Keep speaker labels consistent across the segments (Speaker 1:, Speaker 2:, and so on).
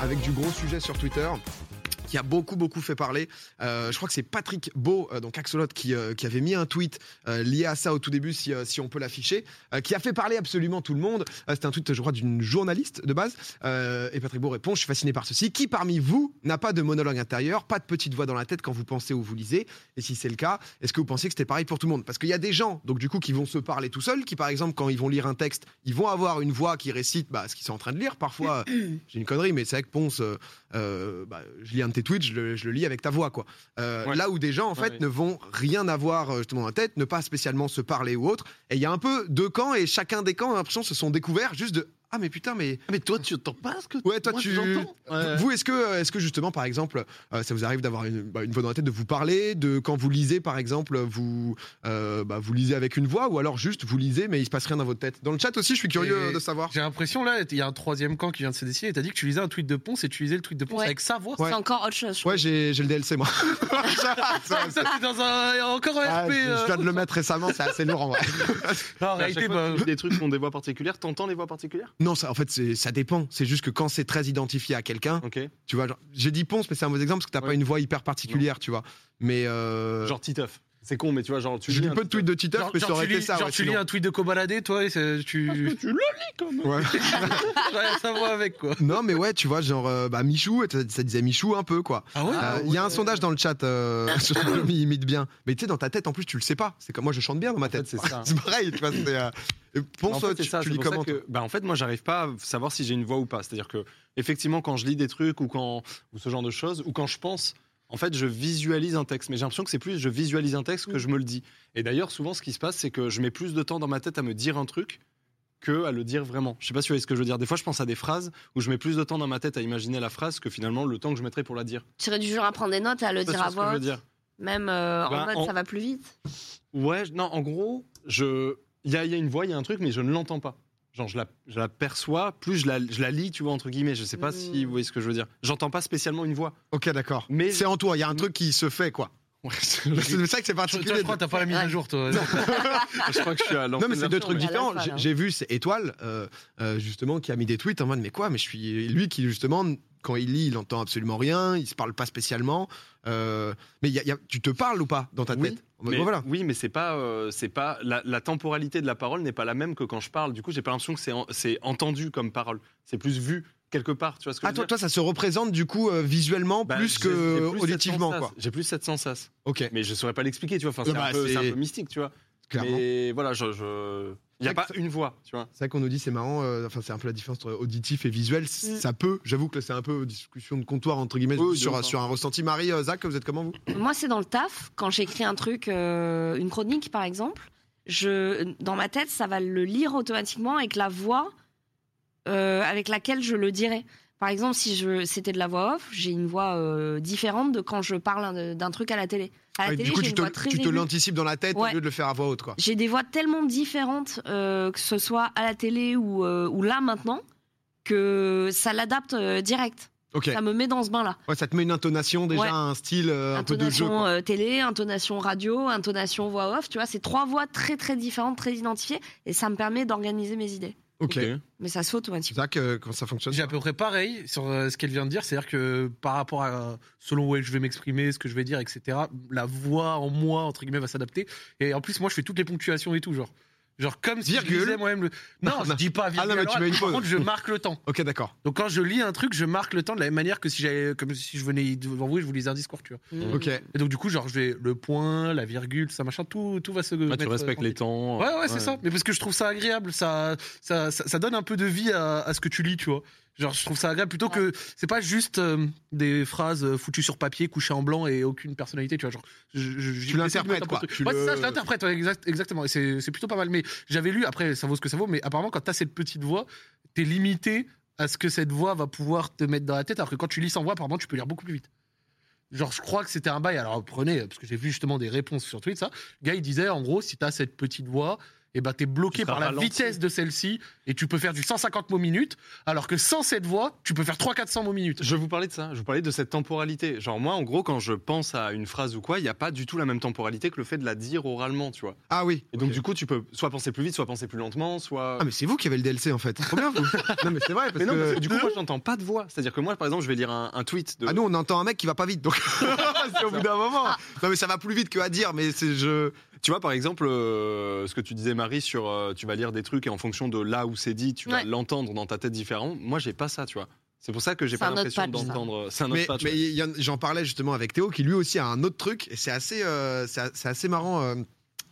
Speaker 1: avec du gros sujet sur Twitter qui a beaucoup beaucoup fait parler. Euh, je crois que c'est Patrick Beau, euh, donc Axolot, qui, euh, qui avait mis un tweet euh, lié à ça au tout début, si, euh, si on peut l'afficher, euh, qui a fait parler absolument tout le monde. Euh, c'est un tweet, je crois, d'une journaliste de base. Euh, et Patrick Beau répond, je suis fasciné par ceci. Qui parmi vous n'a pas de monologue intérieur, pas de petite voix dans la tête quand vous pensez ou vous lisez Et si c'est le cas, est-ce que vous pensez que c'était pareil pour tout le monde Parce qu'il y a des gens, donc du coup, qui vont se parler tout seuls, qui par exemple, quand ils vont lire un texte, ils vont avoir une voix qui récite bah, ce qu'ils sont en train de lire. Parfois, euh, j'ai une connerie, mais c'est vrai que Ponce, euh, bah, je lis un tes tweets, je le, je le, lis avec ta voix, quoi. Euh, ouais. Là où des gens, en fait, ouais. ne vont rien avoir euh, justement en tête, ne pas spécialement se parler ou autre. Et il y a un peu deux camps, et chacun des camps, j'ai l'impression, se sont découverts juste de. Ah mais putain mais
Speaker 2: mais toi tu entends pas ce que
Speaker 1: ouais toi moi, tu ouais. vous est-ce que euh, est-ce que justement par exemple euh, ça vous arrive d'avoir une, bah, une, voix dans la tête de vous parler de quand vous lisez par exemple vous euh, bah, vous lisez avec une voix ou alors juste vous lisez mais il se passe rien dans votre tête dans le chat aussi je suis curieux et de savoir
Speaker 2: j'ai l'impression là il y a un troisième camp qui vient de se décider t'as dit que tu lisais un tweet de Ponce et tu lisais le tweet de Ponce ouais. avec sa voix
Speaker 3: ouais. c'est encore autre chose
Speaker 1: ouais j'ai le DLC moi
Speaker 2: ça, ça t'es dans un encore un
Speaker 1: ah,
Speaker 2: RP
Speaker 1: je, je viens de le mettre récemment c'est assez lourd en vrai
Speaker 2: non, en réalité
Speaker 4: fois, bah... des trucs qui ont des voix particulières t'entends les voix particulières
Speaker 1: non, ça, en fait, ça dépend. C'est juste que quand c'est très identifié à quelqu'un, okay.
Speaker 4: Euh.
Speaker 1: tu vois, j'ai dit Ponce, mais c'est un mauvais exemple parce que t'as ouais. pas une voix hyper particulière, non. tu vois. Mais euh...
Speaker 4: genre Titeuf. C'est con, mais tu vois, genre tu.
Speaker 1: Je lis peu de tweets de Titeuf, mais ça aurait été ça.
Speaker 2: Genre,
Speaker 1: ouais,
Speaker 2: tu lis un tweet de Cobaladé, toi, et tu.
Speaker 4: Parce que tu le lis quand même. Ouais.
Speaker 2: ça va avec quoi.
Speaker 1: Non, mais ouais, tu vois, genre euh, bah, Michou, ça disait Michou un peu quoi.
Speaker 2: Ah ouais.
Speaker 1: Euh, Il ouais, y a un sondage dans le chat, euh, il imite bien. Mais tu sais, dans ta tête, en plus, tu le sais pas. C'est comme moi, je chante bien dans ma tête.
Speaker 4: En fait, c'est ça.
Speaker 1: c'est pareil, tu vois. Pense,
Speaker 4: en fait,
Speaker 1: tu,
Speaker 4: ça,
Speaker 1: tu lis comment que,
Speaker 4: bah, En fait, moi, j'arrive pas à savoir si j'ai une voix ou pas. C'est-à-dire que, effectivement, quand je lis des trucs ou quand ou ce genre de choses ou quand je pense, en fait, je visualise un texte, mais j'ai l'impression que c'est plus je visualise un texte
Speaker 1: Mm.
Speaker 4: que je me le dis. Et d'ailleurs, souvent, ce qui se passe, c'est que je mets plus de temps dans ma tête à me dire un truc que à le dire vraiment. Je sais pas si vous voyez ce que je veux dire. Des fois, je pense à des phrases où je mets plus de temps dans ma tête à imaginer la phrase que finalement le temps que je mettrais pour la dire.
Speaker 3: Tu serais du genre à prendre des notes à le
Speaker 4: Bah,
Speaker 3: dire à voix Même euh, ben, en mode, en... ça va plus vite.
Speaker 4: Ouais, non, en gros, je, il y, y, a une voix, il y a un truc, mais je ne l'entends pas. Genre, je la, je la, perçois, plus je la, je la lis, tu vois, entre guillemets. Je sais pas mmh.
Speaker 3: Hmm.
Speaker 4: si vous voyez ce que je veux dire. J'entends pas spécialement une voix.
Speaker 1: Ok, d'accord. Mais c'est en toi, il y a un truc qui se fait, quoi.
Speaker 4: Ouais,
Speaker 1: c'est ça que c'est particulier. Toi,
Speaker 2: je crois que t'as pas la mise à jour, toi.
Speaker 4: je crois que je suis à
Speaker 1: Non, mais c'est deux trucs différents. J'ai vu c'est Étoile, euh, euh, justement, qui a mis des tweets en mode, mais quoi, mais je suis. Lui qui, justement, quand il lit, il entend absolument rien, il se parle pas spécialement. Euh, mais y a, y a, tu te parles ou pas dans ta
Speaker 4: oui,
Speaker 1: tête
Speaker 4: mais, voilà. Oui, mais c'est pas, euh, c'est pas la, la, temporalité de la parole n'est pas la même que quand je parle. Du coup, j'ai pas l'impression que c'est, en, entendu comme parole. C'est plus vu quelque part. Tu vois ce que
Speaker 1: ah,
Speaker 4: je
Speaker 1: toi,
Speaker 4: veux
Speaker 1: toi,
Speaker 4: dire
Speaker 1: ça se représente du coup euh, visuellement bah, plus que plus auditivement, quoi.
Speaker 4: J'ai plus cette sensation.
Speaker 1: Ok.
Speaker 4: Mais je saurais pas l'expliquer, tu vois. Enfin, c'est, bah, un, un peu, mystique, tu vois.
Speaker 1: Clairement.
Speaker 4: Mais voilà, je... je... Il n'y a pas une voix, tu vois.
Speaker 1: C'est vrai qu'on nous dit c'est marrant, euh, enfin c'est un peu la différence entre auditif et visuel. Mm. Ça peut, j'avoue que c'est un peu discussion de comptoir entre guillemets oui, sur,
Speaker 4: hein.
Speaker 1: sur, un ressenti. Marie, euh, Zach, vous êtes comment vous
Speaker 3: Moi c'est dans le taf, quand j'écris un truc, euh, une chronique par exemple, je, dans ma tête ça va le lire automatiquement avec la voix euh, avec laquelle je le dirai. Par exemple, si je c'était de la voix off, j'ai une voix euh, différente de quand je parle d'un truc à la télé.
Speaker 1: Ah, télé,
Speaker 3: du
Speaker 1: coup, tu te, tu te l'anticipes dans la tête ouais. au lieu de le faire à voix haute.
Speaker 3: J'ai des voix tellement différentes, euh, que ce soit à la télé ou, euh, ou là maintenant, que ça l'adapte euh, direct.
Speaker 1: Okay.
Speaker 3: Ça me met dans ce bain-là.
Speaker 1: Ouais, ça te met une intonation déjà, ouais. un style euh, un peu de jeu.
Speaker 3: Intonation euh, télé, intonation radio, intonation voix off. Tu vois, c'est trois voix très très différentes, très identifiées, et ça me permet d'organiser mes idées.
Speaker 1: Ok.
Speaker 3: Mais ça saute automatiquement.
Speaker 1: Zach, euh, comment ça fonctionne
Speaker 2: J'ai à peu près pareil sur euh, ce qu'elle vient de dire, c'est-à-dire que par rapport à selon où je vais m'exprimer, ce que je vais dire, etc. La voix en moi entre guillemets va s'adapter. Et en plus, moi, je fais toutes les ponctuations et tout, genre. Genre comme si
Speaker 1: virgule.
Speaker 2: je disais moi-même le... Non, non, je dis pas virgule.
Speaker 1: Ah non, mais tu mets une pause.
Speaker 2: Par contre, je marque le temps.
Speaker 1: ok, d'accord.
Speaker 2: Donc quand je lis un truc, je marque le temps de la même manière que si j'avais comme si je venais devant vous et je vous lisais un discours, tu vois.
Speaker 1: Mmh. OK.
Speaker 2: Et donc du coup, genre je vais le point, la virgule, ça machin, tout tout va se euh,
Speaker 4: ah, tu respectes les temps.
Speaker 2: Ouais ouais, ouais. c'est ça. Mais parce que je trouve ça agréable, ça ça, ça, ça donne un peu de vie à, à ce que tu lis, tu vois. Genre, je trouve ça agréable plutôt que c'est pas juste euh, des phrases euh, foutues sur papier, couchées en blanc et aucune personnalité. Tu vois, genre,
Speaker 1: je, je, tu l'interprètes quoi.
Speaker 2: Tu ouais, le... ça, je l'interprète ouais, exact, exactement. Et c'est plutôt pas mal. Mais j'avais lu après, ça vaut ce que ça vaut. Mais apparemment, quand t'as cette petite voix, t'es limité à ce que cette voix va pouvoir te mettre dans la tête. Alors que quand tu lis sans voix, apparemment, tu peux lire beaucoup plus vite. Genre, je crois que c'était un bail. Alors prenez, parce que j'ai vu justement des réponses sur Twitter. Ça, le gars, il disait en gros, si t'as cette petite voix, et ben t'es bloqué
Speaker 4: seras
Speaker 2: par la
Speaker 4: ralenti.
Speaker 2: vitesse de celle-ci et tu peux faire du 150 mots minutes, alors que sans cette voix, tu peux faire 300-400 mots minutes.
Speaker 4: Je vous parlais de ça, je vous parlais de cette temporalité. Genre moi, en gros, quand je pense à une phrase ou quoi, il n'y a pas du tout la même temporalité que le fait de la dire oralement, tu vois.
Speaker 1: Ah oui.
Speaker 4: Et donc du coup, tu peux soit penser plus vite, soit penser plus lentement, soit...
Speaker 1: Ah mais c'est vous qui avez le DLC en fait. Trop bien vous. non mais c'est vrai parce
Speaker 4: mais non,
Speaker 1: que.
Speaker 4: parce que du coup, moi, j'entends pas de voix. C'est-à-dire que moi, par exemple, je vais lire un, un tweet de...
Speaker 1: Ah, nous, on entend un mec qui va pas vite, donc c'est au bout d'un moment. Non, mais ça va plus vite que à dire, mais c'est je.
Speaker 4: Tu vois, par exemple, euh, ce que tu disais, Marie, sur euh, tu vas lire des trucs et en fonction de là où c'est dit, tu vas
Speaker 3: Ouais.
Speaker 4: l'entendre dans ta tête différent. Moi, j'ai pas ça, tu vois. C'est pour ça que j'ai
Speaker 3: C'est
Speaker 4: pas
Speaker 3: un autre
Speaker 4: l'impression
Speaker 3: patch, ça.
Speaker 4: d'entendre. C'est un autre
Speaker 1: Mais,
Speaker 4: patch.
Speaker 1: mais il y en- j'en parlais justement avec Théo, qui lui aussi a un autre truc, et c'est assez, euh, c'est a- c'est assez marrant. euh.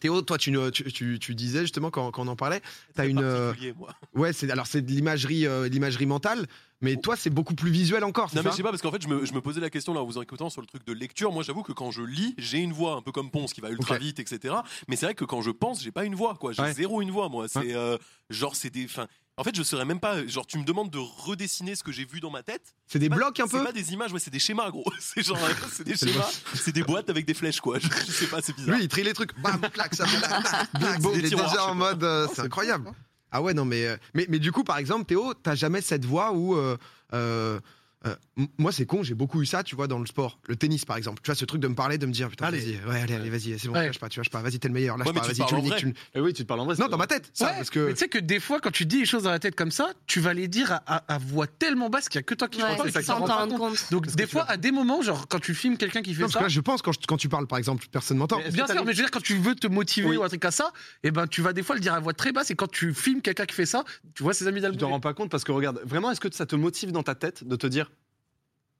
Speaker 1: Théo, toi, tu, ne- tu, tu- tu disais justement quand, quand on en parlait, t'as une, euh,
Speaker 5: particulier, moi.
Speaker 1: ouais, c'est alors c'est de l'imagerie, euh, de l'imagerie mentale, mais toi, c'est beaucoup plus visuel encore.
Speaker 5: Non
Speaker 1: c'est
Speaker 5: mais
Speaker 1: ça
Speaker 5: je sais pas parce qu'en fait je me, je me posais la question là en vous en écoutant sur le truc de lecture. Moi j'avoue que quand je lis j'ai une voix un peu comme Ponce qui va ultra
Speaker 1: Ok.
Speaker 5: vite etc. Mais c'est vrai que quand je pense j'ai pas une voix quoi. J'ai
Speaker 4: Ouais.
Speaker 5: zéro une voix moi. C'est euh, genre c'est des. Fin, en fait je saurais même pas. Genre tu me demandes de redessiner ce que j'ai vu dans ma tête.
Speaker 1: c'est des
Speaker 5: pas-
Speaker 1: blocs un
Speaker 5: C'est
Speaker 1: peu.
Speaker 5: pas des images ouais c'est des schémas gros. C'est genre euh, c'est des schémas. C'est des boîtes avec des flèches quoi. Je, je sais pas c'est bizarre.
Speaker 1: Lui, il trie les trucs, bam, clac, ça, clac, clac, clac,
Speaker 5: C'est des
Speaker 1: il est
Speaker 5: tiroirs, je sais
Speaker 1: déjà en mode, euh, c'est incroyable. Ah ouais, non, mais, euh, mais, mais du coup, par exemple, Théo, t'as jamais cette voix où. euh, euh, euh, m- moi, c'est con, j'ai beaucoup eu ça, tu vois, dans le sport. Le tennis, par exemple. Tu vois, ce truc de me parler, de me dire, putain,
Speaker 4: Allez.
Speaker 1: vas-y, ouais, allez, allez, vas-y, c'est bon,
Speaker 2: Ouais.
Speaker 1: tu lâches pas, tu lâches pas, vas-y, t'es le meilleur, lâche
Speaker 5: Ouais, mais
Speaker 1: pas,
Speaker 5: tu
Speaker 1: vas-y,
Speaker 5: parles
Speaker 1: tu
Speaker 5: en
Speaker 1: le dis,
Speaker 5: vrai.
Speaker 1: tu le-
Speaker 4: Eh oui, tu te parles en vrai.
Speaker 1: Non,
Speaker 4: c'est-
Speaker 1: dans ma tête, ça,
Speaker 2: Ouais,
Speaker 1: parce que.
Speaker 2: Mais tu sais que des fois, quand tu dis les choses dans la tête comme ça, tu vas les dire à, à- à voix tellement basse qu'il n'y a que toi qui l'entends et
Speaker 3: Ouais,
Speaker 2: que tu t'en
Speaker 3: sans
Speaker 2: rends
Speaker 3: t'en
Speaker 2: pas
Speaker 3: rendre
Speaker 2: compte.
Speaker 3: compte.
Speaker 2: Donc,
Speaker 1: Parce que
Speaker 2: des
Speaker 1: tu
Speaker 2: fois, à des moments, genre quand tu filmes quelqu'un qui fait
Speaker 1: Non, parce
Speaker 2: ça.
Speaker 1: que là, je pense, quand, je- quand tu parles, par exemple, personne m'entend.
Speaker 4: Mais est-ce
Speaker 2: Bien
Speaker 4: que t'as
Speaker 2: sûr,
Speaker 4: les-
Speaker 2: mais je veux dire, quand tu veux te motiver
Speaker 4: Oui.
Speaker 2: ou un truc à ça, et ben, tu vas des fois le dire à voix très basse. Et quand tu filmes quelqu'un qui fait ça, tu vois ses amis
Speaker 4: Tu t'en
Speaker 2: d'Albon.
Speaker 4: rends pas compte parce que regarde, vraiment, est-ce que ça te motive dans ta tête de te dire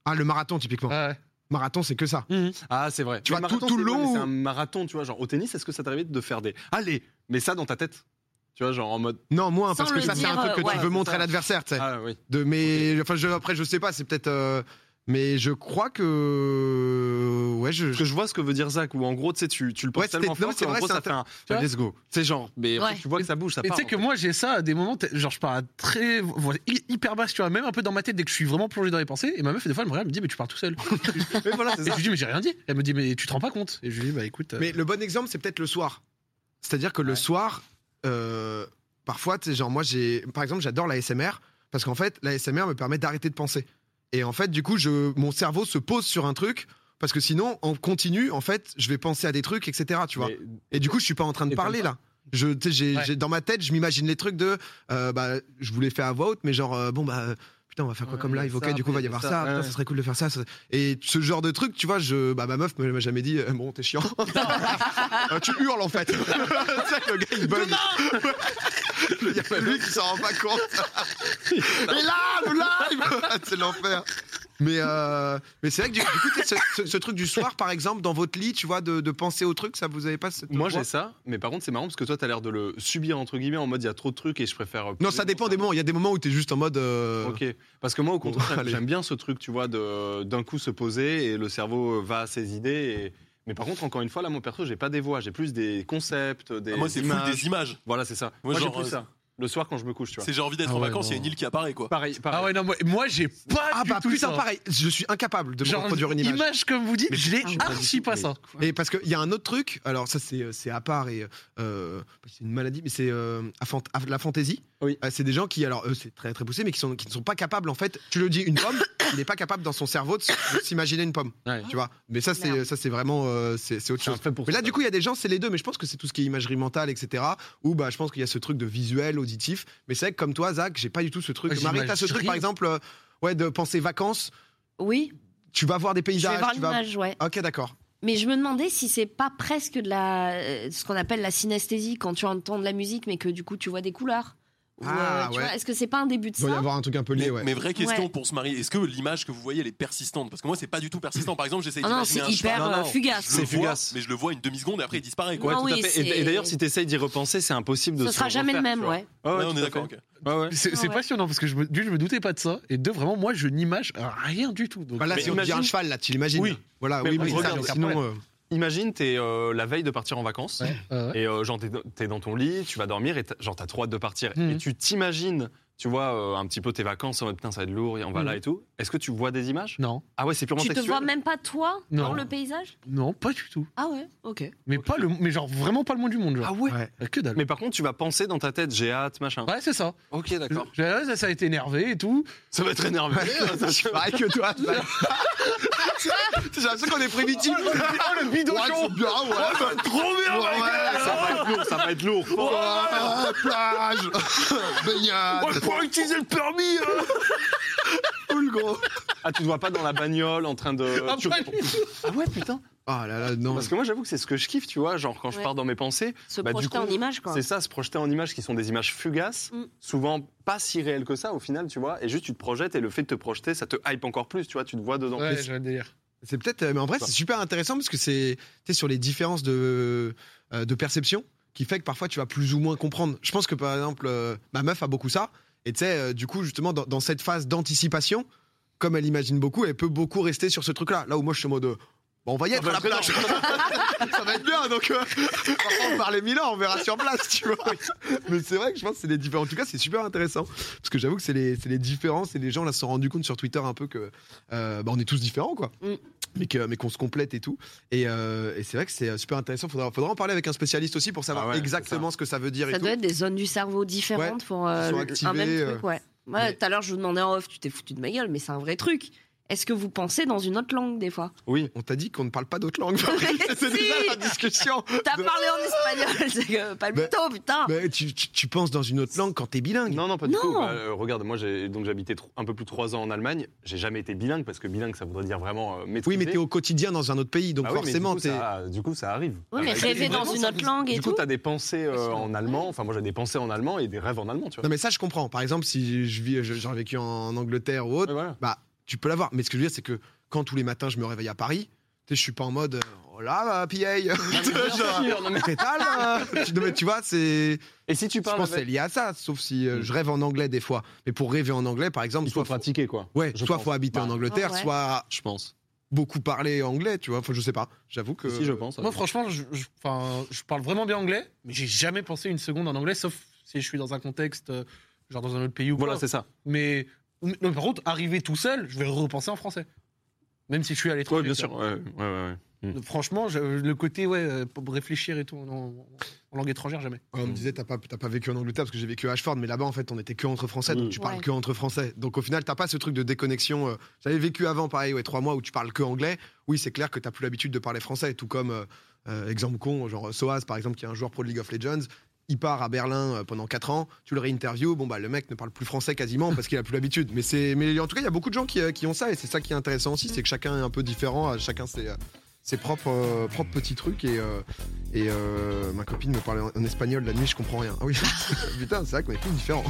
Speaker 1: Ah, le marathon, typiquement.
Speaker 2: Ouais.
Speaker 1: Marathon, c'est que ça.
Speaker 4: Ah, c'est vrai.
Speaker 1: Tu
Speaker 4: Mais
Speaker 1: vois, tout-
Speaker 4: marathon,
Speaker 1: tout
Speaker 4: c'est
Speaker 1: le
Speaker 4: vrai,
Speaker 1: long
Speaker 4: mais C'est
Speaker 1: où-
Speaker 4: un marathon, tu vois. Genre, au tennis, est-ce que ça t'arrive de faire des Allez, mais ça dans ta tête Tu vois, genre en mode.
Speaker 1: Non, moins, parce
Speaker 3: Sans
Speaker 1: que
Speaker 3: le
Speaker 1: ça, c'est un
Speaker 3: dire,
Speaker 1: truc que
Speaker 3: euh,
Speaker 1: tu
Speaker 3: ouais,
Speaker 1: veux
Speaker 4: c'est
Speaker 1: montrer à
Speaker 4: ça.
Speaker 1: l'adversaire, tu sais.
Speaker 4: Ah oui.
Speaker 1: De mais enfin je, après je sais pas, c'est peut-être euh, mais je crois que ouais je,
Speaker 4: Parce que je vois ce que veut dire Zach, où en gros, tu sais, tu, tu le
Speaker 1: Ouais,
Speaker 4: penses
Speaker 1: c'était- non,
Speaker 4: tellement fort
Speaker 1: mais c'est
Speaker 4: qu'en
Speaker 1: vrai,
Speaker 4: gros,
Speaker 1: c'est
Speaker 4: ça fait un.
Speaker 2: Tu vois
Speaker 4: Let's go. C'est genre, mais en fait,
Speaker 3: Ouais.
Speaker 4: tu vois que ça bouge, ça
Speaker 2: Et tu
Speaker 4: part.
Speaker 2: sais
Speaker 4: en
Speaker 2: que moi j'ai ça à des moments, t'es- genre je parle à très voix hy- hyper basse, tu vois, même un peu dans ma tête dès que je suis vraiment plongé dans les pensées. Et ma meuf, des fois, elle me regarde, elle me dit, mais tu parles tout seul.
Speaker 4: fait. Mais voilà, c'est
Speaker 2: et je
Speaker 4: ça.
Speaker 2: lui dis, mais j'ai rien dit. Elle me dit, mais tu te rends pas compte. Et je lui dis, bah écoute. euh,
Speaker 1: mais le bon exemple c'est peut-être le soir. C'est-à-dire que le soir euh, parfois tu sais genre moi j'ai par exemple j'adore la SMR parce qu'en fait la SMR me permet d'arrêter de penser. Et en fait du coup je mon cerveau se pose sur un truc parce que sinon en continu en fait je vais penser à des trucs etc tu vois.
Speaker 4: Mais-
Speaker 1: Et du coup, je suis pas en train de
Speaker 4: Et t'aimes
Speaker 1: parler
Speaker 4: pas
Speaker 1: là. Je, tu sais, j'ai-
Speaker 2: Ouais.
Speaker 1: j'ai- dans ma tête, je m'imagine les trucs de, euh, bah, je voulais faire à voix haute, mais genre, euh, bon bah, euh, putain, on va faire quoi
Speaker 4: Ouais,
Speaker 1: comme
Speaker 4: il y a
Speaker 1: live, ok,
Speaker 4: ça,
Speaker 1: du coup,
Speaker 4: après,
Speaker 1: va y
Speaker 4: il y a
Speaker 1: avoir ça,
Speaker 4: ça,
Speaker 1: putain,
Speaker 4: ouais.
Speaker 1: ça serait cool de faire ça. ça- Et ce genre de truc, tu vois, je, bah, ma meuf m'a m'a jamais dit, euh, bon, t'es chiant. Euh, tu hurles en fait. Tu sais, le gars, il bug. Il y a lui qui s'en rend pas compte. mais là, le live, c'est l'enfer. Mais, euh, mais c'est vrai que du, du coup, tu sais, ce, ce- ce truc du soir, par exemple, dans votre lit, tu vois, de, de penser au truc, ça vous avez pas cette.
Speaker 4: Moi
Speaker 1: voix
Speaker 4: j'ai ça, mais par contre c'est marrant parce que toi t'as l'air de le subir entre guillemets en mode il y a trop de trucs et je préfère.
Speaker 1: Non, ça dépend des moments. Il y a des moments où t'es juste en mode. euh,
Speaker 4: Ok, parce que moi au contraire j'aime-
Speaker 1: allez.
Speaker 4: j'aime bien ce truc tu vois de- d'un coup se poser et le cerveau va à ses idées. et- Mais par contre encore une fois là mon perso j'ai pas des voix, j'ai plus des concepts, des
Speaker 5: Ah, moi c'est full
Speaker 4: images.
Speaker 5: des images.
Speaker 4: Voilà c'est ça.
Speaker 5: Moi,
Speaker 4: Moi, j'ai
Speaker 5: genre,
Speaker 4: plus
Speaker 5: euh,
Speaker 4: ça. Le soir quand je me couche tu vois.
Speaker 5: C'est j'ai envie d'être
Speaker 2: Ah
Speaker 5: en
Speaker 2: ouais,
Speaker 5: vacances il y a
Speaker 2: non.
Speaker 5: une île qui apparaît quoi.
Speaker 4: Pareil, pareil.
Speaker 2: Ah ouais, non, moi, moi, j'ai pas
Speaker 1: Ah
Speaker 2: du
Speaker 1: bah
Speaker 2: tout
Speaker 1: putain,
Speaker 2: ça.
Speaker 1: pareil. Je suis incapable de me
Speaker 2: Genre,
Speaker 1: reproduire une image.
Speaker 2: comme vous dites, je l'ai
Speaker 3: putain, j'ai pas
Speaker 2: archi pas ça.
Speaker 1: Et parce qu'il y a un autre truc. Alors ça c'est euh, c'est à part et euh, c'est une maladie, mais c'est euh, afant- af- la fantaisie.
Speaker 4: Oui.
Speaker 1: Euh, c'est des gens qui alors eux c'est très très poussé, mais qui sont qui ne sont pas capables en fait. Tu le dis une pomme, il n'est pas capable dans son cerveau de s- de s'imaginer une pomme.
Speaker 4: Ouais.
Speaker 1: Tu vois. Mais ça c'est
Speaker 3: Merde.
Speaker 1: ça c'est vraiment euh, c'est c'est autre
Speaker 4: C'est un
Speaker 1: chose.
Speaker 4: fait pour
Speaker 1: Mais là,
Speaker 4: ça.
Speaker 1: du coup, il y a des gens, c'est les deux, mais je pense que c'est tout ce qui est imagerie mentale, etc. Ou bah, je pense qu'il y a ce truc de visuel, auditif. Mais c'est vrai que comme toi, Zach, j'ai pas du tout ce truc.
Speaker 2: Ouais,
Speaker 1: Marie, t'as ce
Speaker 2: j'imagine
Speaker 1: truc,
Speaker 2: rien.
Speaker 1: par exemple, euh, ouais, de penser vacances.
Speaker 3: Oui,
Speaker 1: Tu vas voir des
Speaker 3: je vais
Speaker 1: paysages.
Speaker 3: voir
Speaker 1: tu vas...
Speaker 3: l'image, ouais.
Speaker 1: Ok, d'accord.
Speaker 3: Mais je me demandais si c'est pas presque de la, euh, ce qu'on appelle la synesthésie quand tu entends de la musique, mais que du coup tu vois des couleurs. Ou, euh,
Speaker 1: Ah,
Speaker 3: tu
Speaker 1: ouais.
Speaker 3: vois, Est-ce que c'est pas un début de
Speaker 1: Il doit y
Speaker 3: ça
Speaker 1: avoir un truc un peu lié,
Speaker 5: Mais,
Speaker 1: ouais.
Speaker 5: mais vraie question
Speaker 3: Ouais.
Speaker 5: pour se marier, est-ce que l'image que vous voyez elle est persistante Parce que moi c'est pas du tout persistant. Par exemple j'essaie
Speaker 3: Ah non,
Speaker 5: d'imaginer
Speaker 3: c'est
Speaker 5: un
Speaker 3: hyper
Speaker 4: cheval.
Speaker 3: euh,
Speaker 4: Non, non,
Speaker 5: Je le
Speaker 4: C'est
Speaker 3: fugace.
Speaker 5: vois,
Speaker 4: fugace.
Speaker 5: Mais je le vois une demi-seconde et après il disparaît. Quoi.
Speaker 4: Ouais,
Speaker 3: Non,
Speaker 4: tout
Speaker 3: Ah oui,
Speaker 4: à fait. Et-
Speaker 3: c'est-
Speaker 4: Et d'ailleurs si t'essayes d'y repenser c'est impossible de
Speaker 3: Ce
Speaker 4: se
Speaker 3: sera jamais le
Speaker 4: refaire,
Speaker 3: même,
Speaker 4: tu vois. Ah
Speaker 3: ouais.
Speaker 4: Ouais, ouais,
Speaker 5: Ouais, on
Speaker 4: tout
Speaker 5: est
Speaker 4: à
Speaker 5: d'accord.
Speaker 4: fait.
Speaker 5: ok.
Speaker 4: Ouais, ouais.
Speaker 2: C'est
Speaker 3: Ah
Speaker 2: c'est
Speaker 3: ouais.
Speaker 2: passionnant parce que je me, d'une, je me doutais pas de ça. Et deux, vraiment, moi, je n'image rien du tout. Donc,
Speaker 1: Bah, là,
Speaker 4: mais
Speaker 1: si on te dit un
Speaker 4: imagine-
Speaker 1: cheval, là, tu l'imagines.
Speaker 4: Oui.
Speaker 1: Voilà,
Speaker 4: Mais
Speaker 1: oui,
Speaker 4: bon,
Speaker 1: mais ça,
Speaker 4: regarde,
Speaker 1: sinon. euh,
Speaker 4: Imagine, t'es euh, la veille de partir en vacances.
Speaker 2: Ouais, ouais, ouais.
Speaker 4: Et euh, genre, t'es, t'es dans ton lit, tu vas dormir et t'as- genre, t'as trop hâte de partir.
Speaker 2: Mhm.
Speaker 4: Et tu t'imagines tu vois euh, un petit peu tes vacances en mode putain ça va être lourd et on va
Speaker 2: Mhm.
Speaker 4: là et tout. Est-ce que tu vois des images
Speaker 2: Non,
Speaker 4: Ah ouais, c'est purement
Speaker 3: Tu te
Speaker 4: textuel.
Speaker 3: vois même pas toi dans
Speaker 2: Non.
Speaker 3: le paysage
Speaker 2: non, pas du tout.
Speaker 3: Ah ouais, ok.
Speaker 2: Mais pas le, mais genre vraiment pas le moins du monde,
Speaker 4: Ah
Speaker 2: genre.
Speaker 4: ouais.
Speaker 2: Euh, Que dalle.
Speaker 4: Mais par contre, tu vas penser dans ta tête, j'ai hâte, machin.
Speaker 2: Ouais, c'est ça.
Speaker 4: Ok, d'accord.
Speaker 2: J'ai- ouais, Ça, ça a été énervé et tout.
Speaker 4: Ça va être énervé. Pareil que toi. J'ai l'impression qu'on est primitif. Oh, le bidon Oh,
Speaker 1: Ouais, c'est bien, ouais.
Speaker 4: Trop bien,
Speaker 1: Ouais,
Speaker 4: Ça va être lourd, ça va être lourd.
Speaker 1: Ah, plage Baignade
Speaker 4: pourra utiliser le permis
Speaker 1: Cool, gros
Speaker 4: Ah, tu te vois pas dans la bagnole en train de...
Speaker 2: Ah,
Speaker 4: tu-
Speaker 2: pas du tout.
Speaker 4: Ah ouais, putain
Speaker 1: Ah là là, non.
Speaker 4: Parce que moi, j'avoue que c'est ce que je kiffe, tu vois, genre quand je
Speaker 3: Ouais.
Speaker 4: pars dans mes pensées,
Speaker 3: Se
Speaker 4: Bah, du
Speaker 3: projeter
Speaker 4: coup,
Speaker 3: en image, quoi.
Speaker 4: c'est ça, se projeter en images qui sont des images fugaces,
Speaker 3: Mm.
Speaker 4: souvent pas si réelles que ça au final, tu vois, et juste tu te projettes, et le fait de te projeter, ça te hype encore plus, tu vois, tu te vois dedans.
Speaker 2: Ouais, j'ai un délire.
Speaker 1: C'est peut-être, euh, mais en vrai, c'est super intéressant parce que c'est tu sais, sur les différences de, euh, de perception qui fait que parfois tu vas plus ou moins comprendre. Je pense que par exemple, euh, ma meuf a beaucoup ça. Et tu sais, euh, du coup, justement, dans, dans cette phase d'anticipation, comme elle imagine beaucoup, elle peut beaucoup rester sur ce truc-là. Là où moi, je suis en mode. euh, Bon, on va y être à la plage. ça va être bien, donc euh, on va parler mille ans, on verra sur place, tu vois. Mais c'est vrai que je pense que c'est des différences. En tout cas, c'est super intéressant parce que j'avoue que c'est les, c'est les différences et les gens là se sont rendus compte sur Twitter un peu que euh, bah, on est tous différents, quoi mais que- mais qu'on se complète et tout. Et, euh, et c'est vrai que c'est euh, super intéressant. Faudra, faudra en parler avec un spécialiste aussi pour savoir
Speaker 4: Ah ouais,
Speaker 1: exactement ce que ça veut dire
Speaker 3: Ça
Speaker 1: et tout.
Speaker 3: doit être des zones du cerveau différentes pour euh,
Speaker 1: qui sont
Speaker 3: le-
Speaker 1: activées,
Speaker 3: un même
Speaker 1: euh,
Speaker 3: truc, ouais. Ouais,
Speaker 1: mais-
Speaker 3: tout à l'heure, je vous demandais en off, tu t'es foutu de ma gueule, mais c'est un vrai truc. Est-ce que vous pensez dans une autre langue des fois
Speaker 4: Oui.
Speaker 1: On t'a dit qu'on ne parle pas d'autres langues. C'était
Speaker 3: Si.
Speaker 1: déjà la discussion.
Speaker 3: T'as parlé en espagnol, c'est que pas le
Speaker 1: Mais-
Speaker 3: mytho, putain
Speaker 1: Mais tu, tu- tu penses dans une autre langue quand t'es bilingue.
Speaker 4: Non, non, pas du
Speaker 3: Non.
Speaker 4: tout. Bah, euh, regarde, moi, j'ai donc j'habitais tro- un peu plus de trois ans en Allemagne. J'ai jamais été bilingue parce que bilingue, ça voudrait dire vraiment euh,
Speaker 1: Oui,
Speaker 4: maîtriser.
Speaker 1: mais Ah t'es au quotidien dans un autre pays, donc
Speaker 4: Bah oui, mais
Speaker 1: forcément
Speaker 4: du
Speaker 1: t'es.
Speaker 4: coup, ça, du coup, ça arrive.
Speaker 3: Oui, mais
Speaker 4: Euh,
Speaker 3: rêver
Speaker 4: du coup,
Speaker 3: dans une autre langue et
Speaker 4: Du coup,
Speaker 3: tout.
Speaker 4: t'as des pensées euh,
Speaker 3: Ouais.
Speaker 4: en allemand. Enfin, moi, j'ai des pensées en allemand et des rêves en allemand, tu vois.
Speaker 1: Non, mais ça je comprends. Par exemple, si je vis, je- j'aurais vécu en Angleterre ou autre,
Speaker 4: Ouais, voilà.
Speaker 1: bah tu peux l'avoir. Mais ce que je veux dire, c'est que quand tous les matins je me réveille à Paris, tu sais, je suis pas en mode euh, oh là, bah, PA. Genre, T'es tal, euh, tu- non, mais tu vois, c'est.
Speaker 4: Et si tu
Speaker 1: Je
Speaker 4: parles,
Speaker 1: pense que c'est
Speaker 4: avec-
Speaker 1: lié à ça, sauf si euh,
Speaker 4: Mm.
Speaker 1: je rêve en anglais des fois. Mais pour rêver en anglais, par exemple,
Speaker 4: il faut
Speaker 1: soit faut,
Speaker 4: pratiquer, quoi.
Speaker 1: ouais,
Speaker 4: je
Speaker 1: soit
Speaker 4: pense.
Speaker 1: faut habiter
Speaker 4: Bah,
Speaker 1: en Angleterre,
Speaker 3: Ah ouais.
Speaker 1: soit
Speaker 4: Je pense.
Speaker 1: beaucoup parler anglais, tu vois. Enfin, je sais pas. J'avoue que.
Speaker 4: Si, je pense.
Speaker 2: Moi, franchement, je, je- enfin, je parle vraiment bien anglais, mais j'ai jamais pensé une seconde en anglais, sauf si je suis dans un contexte, euh, genre dans un autre pays ou
Speaker 4: Voilà,
Speaker 2: quoi.
Speaker 4: c'est ça.
Speaker 2: Mais, mais par contre, arriver tout seul, je vais repenser en français. Même si je suis à l'étranger.
Speaker 4: Oui, bien
Speaker 2: tu vois.
Speaker 4: sûr. Ouais, ouais, ouais.
Speaker 2: Franchement, je- le côté, ouais, euh, pour réfléchir et tout en, en- en langue étrangère, jamais.
Speaker 1: Ouais, on me disait, t'as pas, t'as pas vécu en Angleterre parce que j'ai vécu à Ashford, mais là-bas, en fait, on était que entre français,
Speaker 4: Mm.
Speaker 1: donc tu parles
Speaker 3: Ouais.
Speaker 1: que entre français. Donc au final, t'as pas ce truc de déconnexion. euh, J'avais vécu avant, pareil, ouais, trois mois où tu parles que anglais. Oui, c'est clair que t'as plus l'habitude de parler français, tout comme, euh, euh, exemple con, genre Soaz, par exemple, qui est un joueur pro de League of Legends. Il part à Berlin euh, pendant quatre ans, tu le réinterviews, bon, bah, le mec ne parle plus français quasiment parce qu'il a plus l'habitude. Mais, c'est- mais en tout cas, il y a beaucoup de gens qui, euh, qui ont ça, et c'est ça qui est intéressant aussi, c'est que chacun est un peu différent, euh, chacun ses, euh, ses propres, euh, propres petits trucs, et, euh, et euh, ma copine me parlait en, en espagnol la nuit, je comprends rien. Ah oui, putain, c'est vrai qu'on est tous différents.